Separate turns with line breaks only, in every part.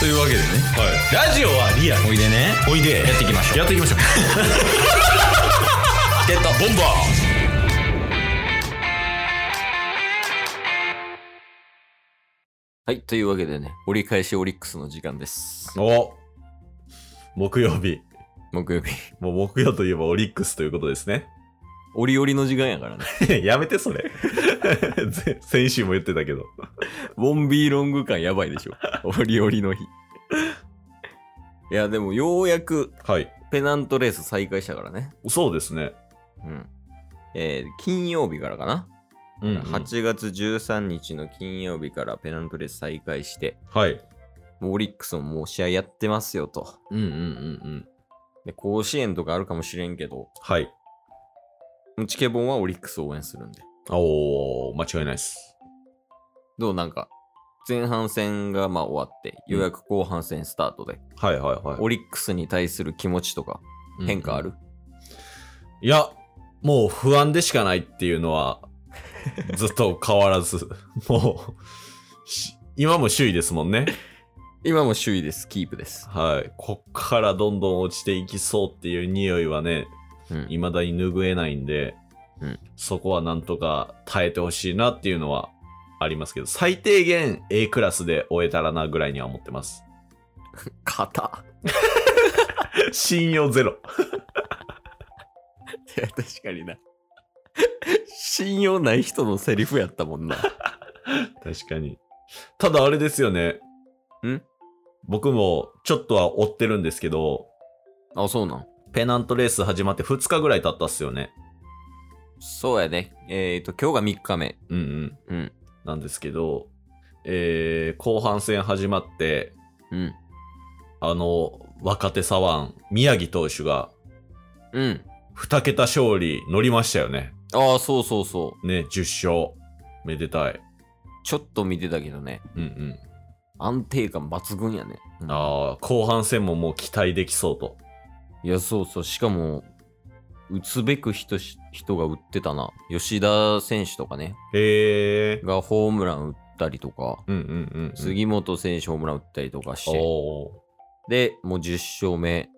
というわけでね
はい。ラジオはリアル。
おいでね
おいで。
やっていきましょう
やっていきましょう。
ゲットボンバ
はい、というわけでね、折り返しオリックスの時間です。
お木曜日。
木曜日。
もう木曜といえばオリックスということですね。
折々の時間やからね。
やめて、それ。 ぜ先週も言ってたけど。
ボンビーロング感やばい でしょ。折々の日。いや、でもようやく
はい。
ペナントレース再開したからね。
そうですね。
うん。えー金曜日からかな、
う
8月13日の金曜日からペナントレース再開して、
はい。
もうオリックスももう試合やってますよと。
うんうんうんうん。
で甲子園とかあるかもしれんけど、
はい。
チケボンはオリックスを応援するんで。
おー、間違いないっす。
どうなんか、前半戦がまあ終わって、ようやく後半戦スタートで、
はいはいはい。
オリックスに対する気持ちとか変化ある、
いや、もう不安でしかないっていうの は、ずっと変わらず。もう、し今も首位ですもんね。
今も首位です、キープです。
はい。こっからどんどん落ちていきそうっていう匂いはね、
うん、
未だに拭えないんで、
うん
そこはなんとか耐えてほしいなっていうのはありますけど、最低限 A クラスで終えたらなぐらいには思ってます。
肩。
信用ゼロ。
いや確かにな。 信用ない人のセリフやったもんな。
確かに。ただあれですよね。
ん
僕もちょっとは追ってるんですけど、
あ、そうなん。
ペナントレース始まって2日ぐらい経ったっすよね。
そうやね。えっ、と、今日が3日目。
うんうん。
うん。
なんですけど、えー、後半戦始まって、
うん。
あの、若手左腕、宮城投手が
うん。
2桁勝利乗りましたよね。
ああ、そうそうそう。
ね、10勝。めでたい。
ちょっと見てたけどね。
うんうん。
安定感抜群やね。うん
ああ、後半戦ももう期待できそうと。
いや、そうそう。しかも、打つべく人し人が打ってたな。吉田選手とかね、
へえ。
がホームラン打ったりとか、
うんうんうん、うん。
杉本選手ホームラン打ったりとかして、
おー。
で、もう10勝目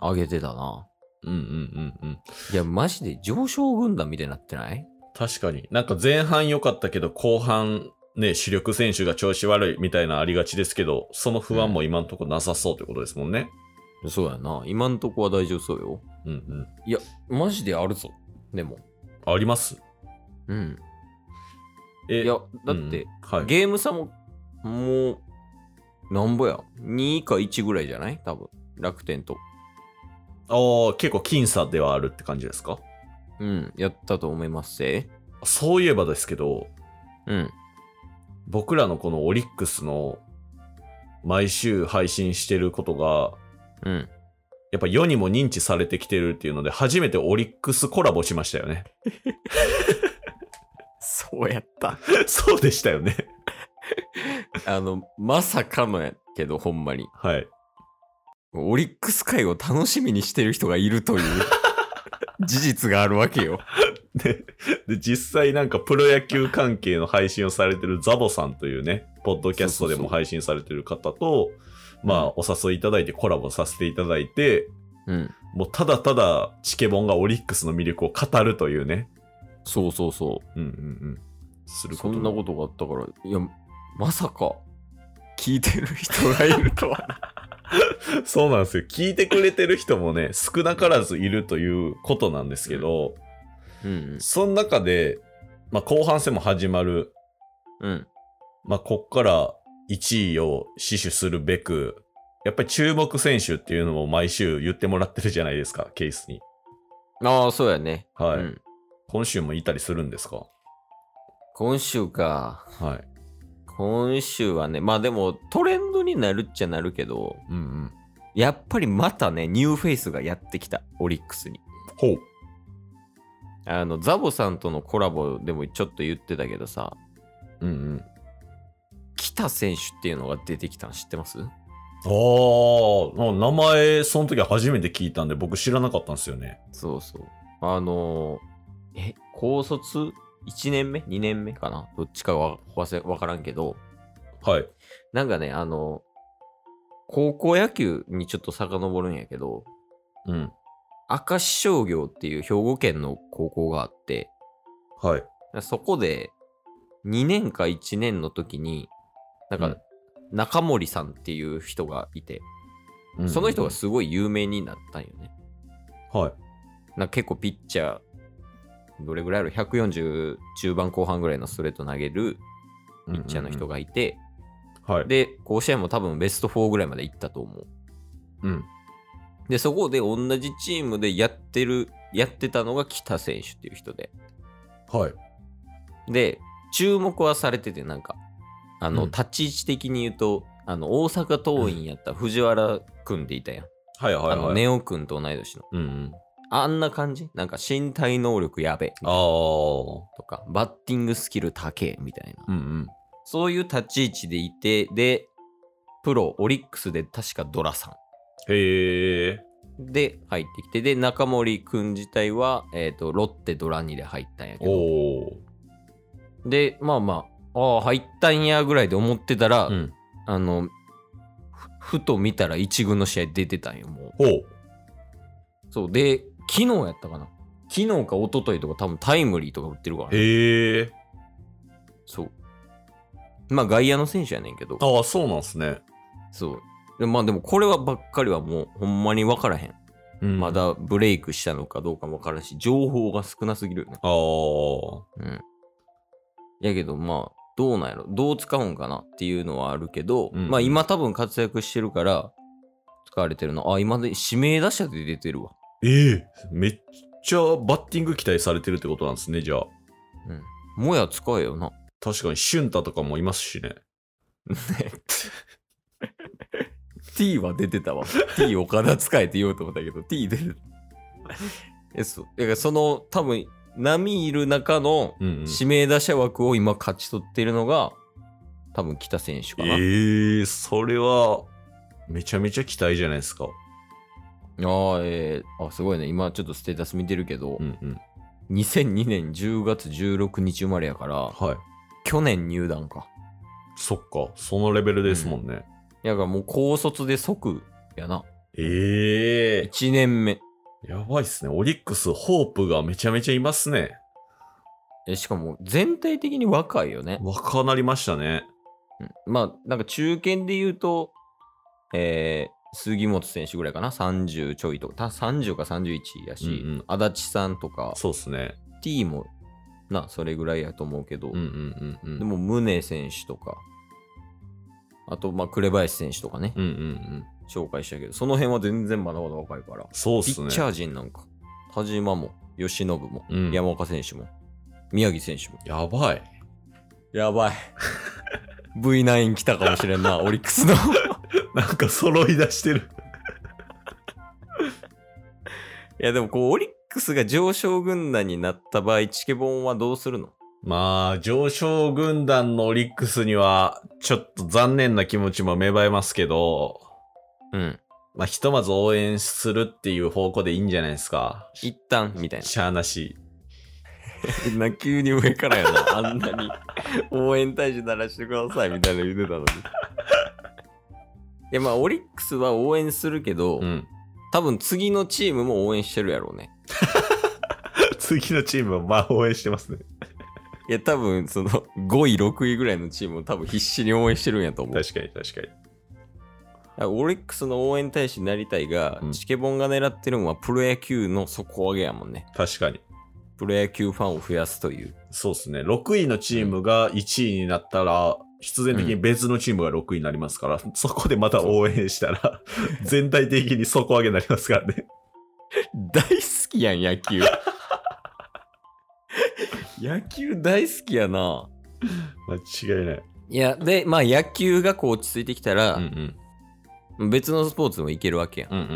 上げてたな。
うんうんうんうん。
いや、マジで上昇軍団みたいになってない
確かに。なんか前半良かったけど、後半、ね、主力選手が調子悪いみたいなありがちですけど、その不安も今んとこなさそうってことですもんね。
そうやな。今んとこは大丈夫そうよ。
うん
マジであるぞ。でも。
うん。あります
うん。
え
いや、だって、
うんはい。
ゲーム差も、もう、なんぼや。2か1ぐらいじゃない多分。楽天と。
ああ、結構僅差ではあるって感じですか
うん。やったと思いますぜ。
そういえばですけど、
うん。
僕らのこのオリックスの毎週配信してることが、
うん。
やっぱ世にも認知されてきてるっていうので、初めてオリックスコラボしましたよね。
そうやった。
そうでしたよね。
あの、まさかのやけど、ほんまに。
はい。
オリックス会を楽しみにしてる人がいるという 事実があるわけよ。
で、で、実際なんかプロ野球関係の配信をされてるザボさんというね、ポッドキャストで
そうそうそ
も
う
配信されてる方と、まあ、お誘いいただいてコラボさせていただいて、
うん。
もうただただチケボンがオリックスの魅力を語るというね。
そうそうそ
うんうんうん。す
う。
る
そ
こと
んなことがあったから、いや、まさか、聞いてる人がいると は。
そうなんですよ。聞いてくれてる人もね、少なからずいるということなんですけど、
うん
その中で、まあ、後半戦も始まる。
うん。うん。
まあ、こっから1位を死守するべく、やっぱり注目選手っていうのも毎週言ってもらってるじゃないですか、ケースに。
ああ、そうやね。
はい。
うん
今週もいたりするんですか
今週か。
はい。
今週はね、まあでもトレンドになるっちゃなるけど、
うんうん。
やっぱりまたね、ニューフェイスがやってきた、オリックスに。
ほう。
あの、ザボさんとのコラボでもちょっと言ってたけどさ、
うんうん。
北選手っていうのが出てきたの知ってます
あーあ、名前、その時初めて聞いたんで、僕知らなかったんですよね。
そうそう。あのーえ、高卒1年目 ?2 年目かなどっちかはわせわからんけど、
はい。
なんかね、あの高校野球にちょっと遡るんやけど、
うん。
明石商業っていう兵庫県の高校があって、
はい。
そこで2年か1年の時に、なん
う
か
ん
中森さんっていう人がいて、
うん
その人が、すごい有名になったんよね。
はい。
なんか結構ピッチャー、どれぐらいある ?140 中盤後半ぐらいのストレート投げるピッチャーの人
が。
がいて、
はい。
で、甲子園も多分ベスト4ぐらいまで行ったと思う。
うん。
で、そこで同じチームでやってる、やってたのが北選手っていう人で。
はい。
で、注目はされてて、なんか、あの、
うん
立ち位置的に言うと、あの、大阪桐蔭やった藤原君っていたやん。
はいはいはい。
あの、ネオ君と同い年の。
うんうん。
あんな感じなんか身体能力やべ
ああ。
とか、バッティングスキル高えみたいな。
うんうん。
そういう立ち位置でいて、で、プロ、オリックスで確かドラさん。
へえ。
で入ってきてで中森くん自体は、えー、とロッテドラニで入ったんやけど
おお。
でまあまあああ入ったんやぐらいで思ってたら、
うん。
あのふふと見たら一軍の試合出てたんよもう
ほう。
そうで昨日やったかな昨日か一昨日とか多分タイムリーとか打ってるから、ね、
へえ。
そうまあ外野の選手やねんけど
ああ、そうなんすね。
そうでまあでもこれはばっかりはもうほんまに分からへん
うん
ま。だブレイクしたのかどうかも分からんし情報が少なすぎるよね
ああ。
うん。やけど、まあ、どうなんやろどう使うんかなっていうのはあるけど、
うん
まあ今多分活躍してるから、使われてるの。あ、今で指名打者で出てるわ。
ええめっちゃバッティング期待されてるってことなんですね、じゃあ。
うん。もや使えよな。
確かに、シュンタとかもいますしね。
T は出てたわ。T 岡田使えって言おうと思ったけど、T 出てた。え、そう。だからその、多分、波いる中の
うん、うん。
指名打者枠を今勝ち取ってるのが、多分北選手かな。
ええそれは、めちゃめちゃ期待じゃないですか。
ああ、えーあ、すごいね。今ちょっとステータス見てるけど、
うんうん。
2002年10月16日生まれやから、
はい。
去年入団か。
そっか、そのレベルですもんね。
いやがもう高卒で即やな。
ええ
1年目。
やばいっすね。オリックス、ホープがめちゃめちゃいますね。
えしかも全体的に若いよね。
若なりましたね。
うんまあ、なんか中堅で言うと、えー杉本選手ぐらいかな。30ちょいとか、た30か31やし、
うんうん
足立さんとか、
そうっすね。
T もな、それぐらいやと思うけど、
うんうんうんうん。
で、も宗選手とか、あと、まあ、紅林選手とかね、
うんうんうん。
紹介したけど、その辺は全然まだまだ若いから。
そうっ
ピ
す
ッ
ね。
チャー陣なんか、田島も、由伸も、
うん
山岡選手も、宮城選手も。
やばい。
や ばい。V9 来たかもしれんな、オリックスの。い
なんか揃い出してる。
や、でもこう、オリックスが上昇軍団になった場合、チケボンはどうするの
まあ、上昇軍団のオリックスには、ちょっと残念な気持ちも芽生えますけど、
うん。
まあ、ひとまず応援するっていう方向でいいんじゃないですか。
一旦、みたいな。
しゃあなし。
な急に上からや な。あんなに応援大使鳴らしてくださいみたいな言ってたのに。いやまあオリックスは応援するけど、
うん。
多分次のチームも応援してるやろうね。
次のチームは、まあ、応援してますね。
いや多分その5位6位ぐらいのチームを多分必死に応援してるんやと思う。
確かに、確かに。
オリックスの応援大使になりたいが、
うん
チケボンが狙ってるのはプロ野球の底上げやもんね。
確かに。
プロ野球ファンを増やすという。
そうですね。6位のチームが1位になったら、必然的に別のチームが6位になりますから、 そこでまた応援した ら、全体的に底上げになりますからね。
大好きやん野球 野球大好きやな。
間違いない。
いや、で、まあ野球がこう落ち着いてきた
うんう
ら、
ん。
別のスポーツもいけるわけやん。
うんうんう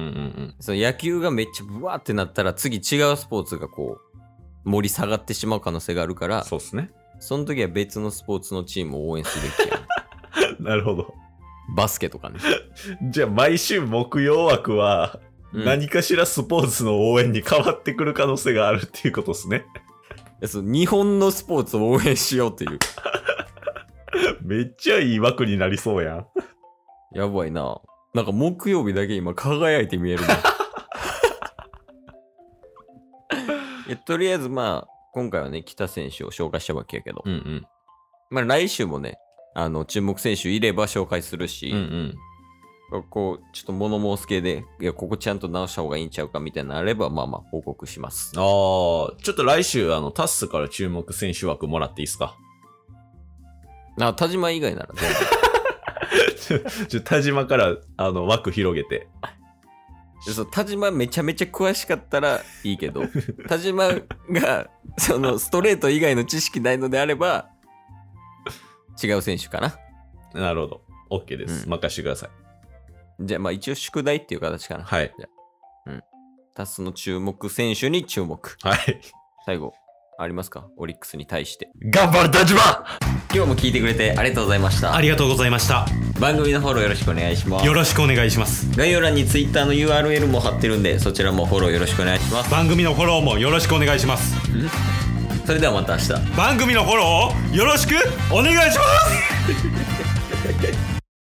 ん
その野球がめっちゃブワーってなったら、次違うスポーツがこう、盛り下がってしまう可能性があるか
うん。
ら、
そうですね。
その時は別のスポーツのチームを応援すべき やん。
なるほど。
バスケとかね。
じゃあ、毎週木曜枠は、
うん
何かしらスポーツの応援に変わってくる可能性があるっていうことですね。
いやそう日本のスポーツを応援しようっていう。
めっちゃいい枠になりそうやん。
やばいな。なんか木曜日だけ今輝いて見 えるねいやとりあえずまあ、今回はね、北選手を紹介したわけやけど、
うんうん。
まあ来週もね、あの、注目選手いれば紹介するし、
うんうん。
こう、ちょっと物申す系で、いや、ここちゃんと直した方がいいんちゃうかみたいなのあれば、まあまあ報告します。
ああ、ちょっと来週、あの、タッスから注目選手枠もらっていいですか
あ、田島以外なら全部
ちょ、ちょ田島から、あの、枠広げて。
でそう田島めちゃめちゃ詳しかったらいいけ ど、田島が、その、ストレート以外の知識ないのであれば、違う選手かな。
なるほど。OK です。
うん
任してください。
じゃあ、まあ一応宿題っていう形かな。
はい。
タスの注目選手に注目。
はい。
最後、ありますかオリックスに対して。
頑張る田島
今日も聞いてくれてありがとうございました。
ありがとうございました
番組のフォローよろしくお願いします
よ。ろしくお願いします
概要欄に Twitter の URL も貼ってるんで、そちらもフォローよろしくお願いします。
番組のフォローもよろしくお願いします
それではまた明日。
番組のフォローをよろしくお願いします